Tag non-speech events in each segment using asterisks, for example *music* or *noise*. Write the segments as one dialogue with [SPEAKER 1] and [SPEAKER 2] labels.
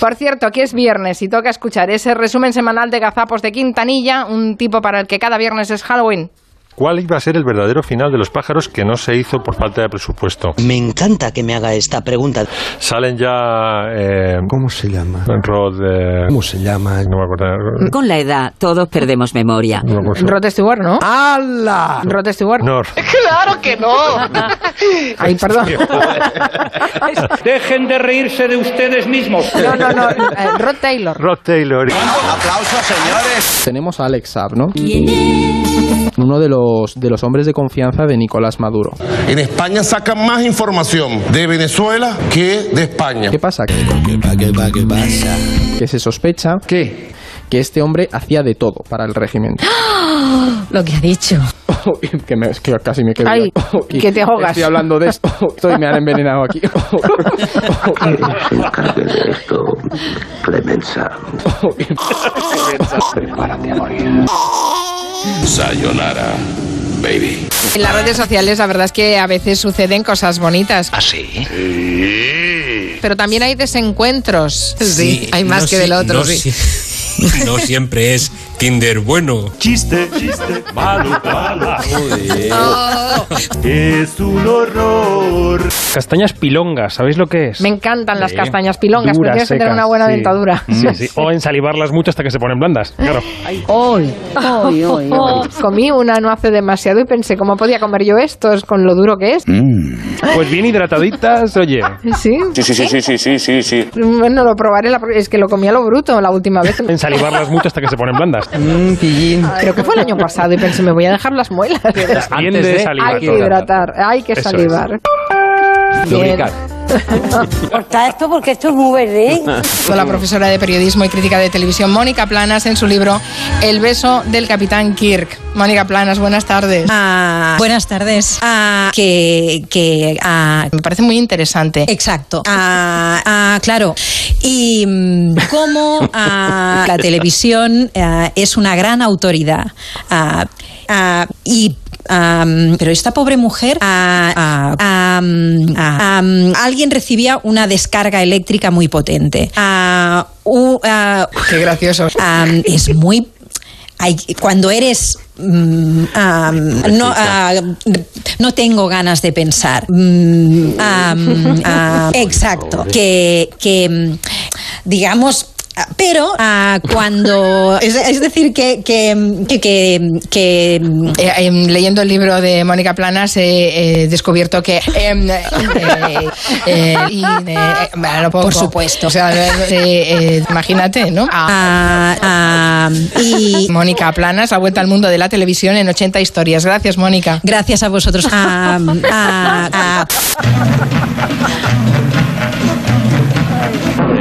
[SPEAKER 1] Por cierto, que es viernes y toca escuchar ese resumen semanal de Gazapos de Quintanilla, un tipo para el que cada viernes es Halloween.
[SPEAKER 2] ¿Cuál iba a ser el verdadero final de los pájaros que no se hizo por falta de presupuesto?
[SPEAKER 3] Me encanta que me haga esta pregunta.
[SPEAKER 2] Salen ya. eh,
[SPEAKER 4] ¿Cómo se llama?
[SPEAKER 2] Rod. eh,
[SPEAKER 4] ¿Cómo se llama?
[SPEAKER 2] no me acuerdo.
[SPEAKER 5] Con la edad, todos perdemos memoria.
[SPEAKER 2] No, me acuerdo.
[SPEAKER 1] Rod Stewart, ¿no?
[SPEAKER 4] ¡Hala!
[SPEAKER 1] Rod Stewart.
[SPEAKER 2] No,
[SPEAKER 6] ¡Claro que no!
[SPEAKER 7] *laughs*
[SPEAKER 1] Ay, perdón. *laughs*
[SPEAKER 8] Dejen de reírse de ustedes mismos.
[SPEAKER 1] No, no, no. eh, Rod Taylor.
[SPEAKER 2] Rod Taylor.
[SPEAKER 9] ¡Aplausos, señores!
[SPEAKER 10] Tenemos a Alex Saab, ¿no? Uno de los, de los hombres de confianza de Nicolás Maduro.
[SPEAKER 9] En España sacan más información de Venezuela que de España.
[SPEAKER 10] ¿Qué pasa? Que se sospecha que, que este hombre hacía de todo para
[SPEAKER 1] *gasps*
[SPEAKER 10] el régimen.
[SPEAKER 11] Lo que ha dicho.
[SPEAKER 10] que, me, es que casi me quedo.
[SPEAKER 1] Ay,
[SPEAKER 10] Y
[SPEAKER 1] que te ahogas.
[SPEAKER 10] Estoy hablando
[SPEAKER 1] *laughs*
[SPEAKER 10] de esto y me han envenenado aquí.
[SPEAKER 12] Encarte de esto, Clemenza. Prepárate a morir.
[SPEAKER 9] Sayonara, baby.
[SPEAKER 1] En las redes sociales la verdad es que a veces suceden cosas bonitas,
[SPEAKER 12] ¿Así?
[SPEAKER 1] pero también hay desencuentros. Sí, hay más que del otro. sí.
[SPEAKER 8] *laughs* No siempre es Tinder bueno.
[SPEAKER 2] Chiste, chiste, malo, malo.
[SPEAKER 1] Oh.
[SPEAKER 8] Es un horror.
[SPEAKER 7] *laughs* Castañas pilongas, ¿sabéis lo que es?
[SPEAKER 1] Me encantan las
[SPEAKER 7] Sí.
[SPEAKER 1] castañas pilongas,
[SPEAKER 7] Duras,
[SPEAKER 1] pero tienes que tener
[SPEAKER 7] secas,
[SPEAKER 1] una buena
[SPEAKER 7] sí.
[SPEAKER 1] dentadura.
[SPEAKER 7] Sí, sí. O ensalivarlas mucho hasta que se ponen blandas, claro.
[SPEAKER 11] Hoy, hoy, hoy, hoy.
[SPEAKER 1] *laughs* Comí una no hace demasiado y pensé, ¿cómo podía comer yo estos con lo duro que es?
[SPEAKER 8] Mm.
[SPEAKER 7] Pues bien hidrataditas,
[SPEAKER 10] *laughs*
[SPEAKER 7] oye.
[SPEAKER 1] Sí.
[SPEAKER 8] Sí, sí, sí, sí, sí, sí, sí, sí.
[SPEAKER 1] Bueno, lo probaré, la- es que lo comí a lo bruto la última *laughs* vez.
[SPEAKER 7] Ensalivarlas mucho hasta que se ponen blandas.
[SPEAKER 1] Creo que fue el año pasado y pensé, me voy a dejar las muelas.
[SPEAKER 7] Bien
[SPEAKER 10] Antes
[SPEAKER 7] de
[SPEAKER 10] de-
[SPEAKER 7] salivar.
[SPEAKER 1] Hay que hidratar, hay que
[SPEAKER 7] Eso es.
[SPEAKER 1] salivar. Bien.
[SPEAKER 10] Lubricar.
[SPEAKER 11] Corta esto
[SPEAKER 6] pues,
[SPEAKER 11] porque esto es muy verde.
[SPEAKER 1] Con la profesora de periodismo y crítica de televisión, Mónica Planas, en su libro El beso del capitán Kirk. Mónica Planas, buenas tardes.
[SPEAKER 11] Ah, buenas tardes. Ah, que, que, ah,
[SPEAKER 1] Me parece muy interesante.
[SPEAKER 11] exacto. Ah, ah, claro. Y mm, cómo ah, la televisión ah, es una gran autoridad. Ah, ah, y ah, pero esta pobre mujer, ah, ah, ah, ah, ah, alguien recibía una descarga eléctrica muy potente. Ah, u- ah,
[SPEAKER 1] Qué gracioso.
[SPEAKER 11] Am, es muy hay- cuando eres mm, am, no, ah, no tengo ganas de pensar Mm, am, ah, exacto que, que, mm, digamos ah, pero ah, cuando *laughs* es, es decir que que, mm, que, que- que, mm,
[SPEAKER 1] Eh, em, leyendo el libro de Mónica Planas he eh, descubierto que em, eh, eh, eh, y, eh, bueno, poco.
[SPEAKER 11] Por supuesto.
[SPEAKER 1] O sea, eh, eh, imagínate, ¿no? Ah,
[SPEAKER 11] ah, ah, y
[SPEAKER 1] Mónica Planas ha vuelto al mundo de la televisión en 80 historias. Gracias, Mónica.
[SPEAKER 11] gracias a vosotros Am, ah, ah,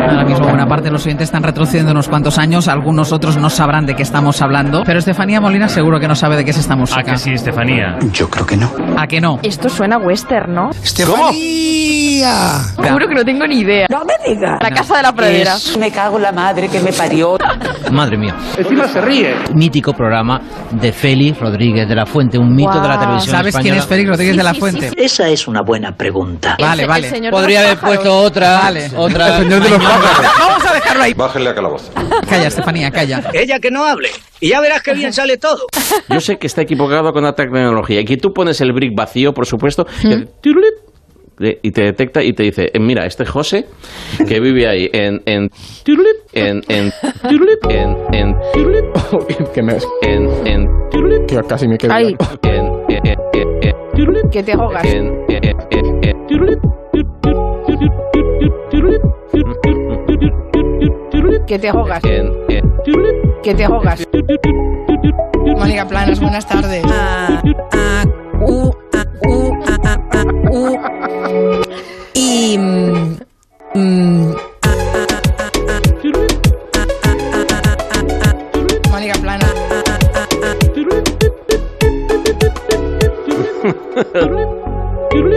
[SPEAKER 10] Ahora mismo buena parte de los oyentes están retrocediendo unos cuantos años, algunos otros no sabrán de qué estamos hablando, pero Estefanía Molina seguro que no sabe de qué es esta música.
[SPEAKER 7] Ah, que sí, Estefanía.
[SPEAKER 9] Yo creo que no.
[SPEAKER 10] ¿A que no?
[SPEAKER 6] Esto suena western, ¿no?
[SPEAKER 4] ¡Estefanía!
[SPEAKER 6] Juro que no tengo ni idea. No me digas. La casa de la pradera.
[SPEAKER 3] Me cago en la madre que me parió.
[SPEAKER 10] Madre mía.
[SPEAKER 8] Encima se ríe.
[SPEAKER 10] Mítico programa de Félix Rodríguez de la Fuente, un mito
[SPEAKER 6] Guau. de la televisión
[SPEAKER 10] ¿Sabes quién es Félix Rodríguez de la Fuente?
[SPEAKER 3] Esa es una buena pregunta.
[SPEAKER 10] Vale,
[SPEAKER 6] el
[SPEAKER 10] vale.
[SPEAKER 6] señor de Podría los haber pájaros. puesto
[SPEAKER 10] otra, otra. Vamos a dejarlo ahí.
[SPEAKER 9] Bájenle a calabozo.
[SPEAKER 10] Calla, Estefanía, calla.
[SPEAKER 8] Ella que no hable. Y ya verás que bien sale todo.
[SPEAKER 10] Yo sé que está equivocado con la tecnología. Aquí tú pones el brick vacío, por supuesto, y hace tirulit, de- y te detecta y te dice, eh, mira, este José que vive ahí en en tirulit, en en tirulit, en en tirulit, en en tirulit, casi me quedo
[SPEAKER 1] Ay.
[SPEAKER 10] en en en- en tirulit,
[SPEAKER 1] Que te ahogas.
[SPEAKER 10] en en en- en tirulit, tirulit, tirulit,
[SPEAKER 1] Que te ahogas.
[SPEAKER 10] en en tirulit.
[SPEAKER 1] Que te ahogas. Mónica Planas, buenas tardes.
[SPEAKER 11] Ah, ah, u, ah, u, ah, ah, ah, u. Y. mm, mm,
[SPEAKER 1] Mónica
[SPEAKER 10] *laughs*
[SPEAKER 1] Planas.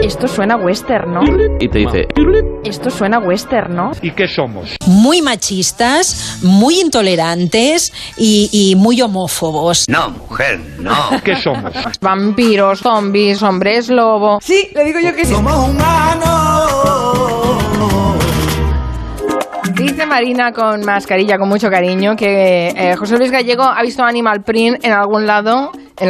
[SPEAKER 6] Esto suena western, ¿no?
[SPEAKER 10] y te dice
[SPEAKER 6] Esto suena western, ¿no?
[SPEAKER 8] ¿Y qué somos?
[SPEAKER 11] muy machistas, muy intolerantes y, y muy homófobos.
[SPEAKER 12] No, mujer, no.
[SPEAKER 8] ¿Qué somos?
[SPEAKER 1] Vampiros, zombies, hombres lobo.
[SPEAKER 6] Sí, le digo yo que sí.
[SPEAKER 9] Somos humanos.
[SPEAKER 1] Dice Marina con mascarilla, con mucho cariño, que eh, José Luis Gallego ha visto Animal Print en algún lado